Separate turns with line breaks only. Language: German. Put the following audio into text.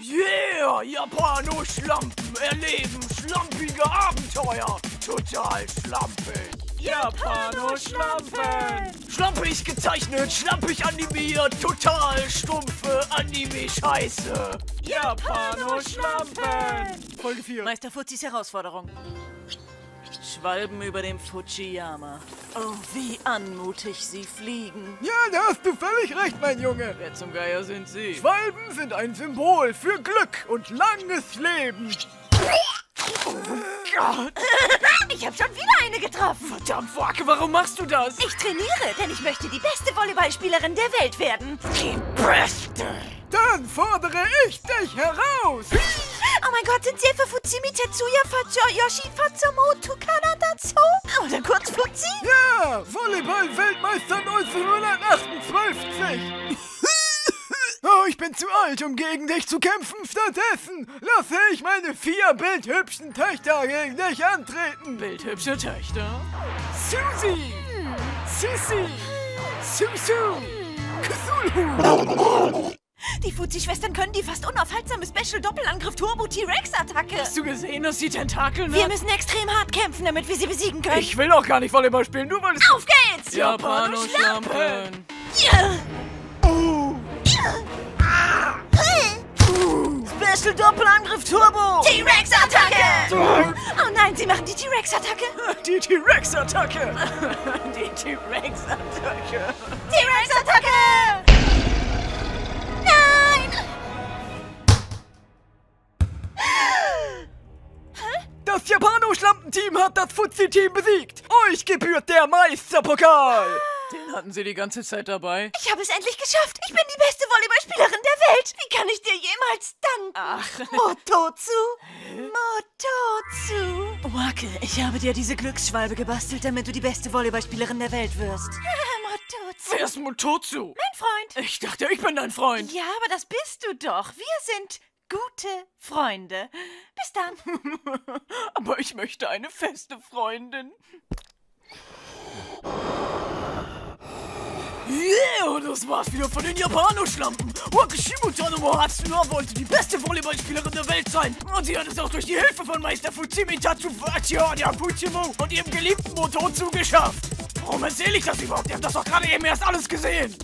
Yeah, Japano-Schlampen erleben schlampige Abenteuer. Total schlampig.
Japano-Schlampen.
Schlampig gezeichnet, schlampig animiert, total stumpfe Anime-Scheiße.
Japano-Schlampen.
Folge 4.
Meister Fuzis Herausforderung. Schwalben über dem Fujiyama. Oh, wie anmutig sie fliegen.
Ja, da hast du völlig recht, mein Junge.
Wer zum Geier sind sie?
Schwalben sind ein Symbol für Glück und langes Leben.
Ich habe schon wieder eine getroffen.
Verdammt, Wake, warum machst du das?
Ich trainiere, denn ich möchte die beste Volleyballspielerin der Welt werden.
Die Beste.
Dann fordere ich dich heraus.
Oh mein Gott, sind Sie etwa Fuzimi Tetsuya Fajo Yoshi Fatsumo Tukana Datsu? Oder kurz Fuzi?
Ja, Volleyball-Weltmeister 1958. Oh, ich bin zu alt, um gegen dich zu kämpfen. Stattdessen lasse ich meine vier bildhübschen Töchter gegen dich antreten.
Bildhübsche Töchter.
Susi, Sissi, Susu, Cthulhu.
Die Fuzi-Schwestern können die fast unaufhaltsame Special-Doppelangriff Turbo-T-Rex-Attacke.
Hast du gesehen, dass die Tentakel
Wir müssen extrem hart kämpfen, damit wir sie besiegen können.
ne? Ich will doch gar nicht Volleyball spielen, du wolltest...
Auf geht's!
Japano-Schlampen.
Ja. Ah. Hm. Special Doppelangriff Turbo! T-Rex-Attacke! Oh nein, sie machen die T-Rex-Attacke!
Die T-Rex-Attacke.
Die T-Rex-Attacke.
T-Rex-Attacke! Nein!
Das Japano-Schlampenteam hat das Fuzzi-Team besiegt. Euch gebührt der Meisterpokal.
Den hatten sie die ganze Zeit dabei.
Ich habe es endlich geschafft! Ich bin die beste Volleyballspielerin der Welt! Wie kann ich dir jemals danken? Ach. Mototsu! Mototsu!
Wake, ich habe dir diese Glücksschwalbe gebastelt, damit du die beste Volleyballspielerin der Welt wirst.
Mototsu!
Wer ist Mutotsu?
Mein Freund!
Ich dachte, ich bin dein Freund.
Ja, aber das bist du doch. Wir sind gute Freunde. Bis dann.
Aber ich möchte eine feste Freundin.
Yeah, das war's wieder von den Japano-Schlampen. Wakishimo Tanomo Hatsuno wollte die beste Volleyballspielerin der Welt sein. Und sie hat es auch durch die Hilfe von Meister Fuzimi Tatsuwachi Yabuchimo und ihrem geliebten Motozu geschafft. Warum erzähle ich das überhaupt? Ihr habt das doch gerade eben erst alles gesehen.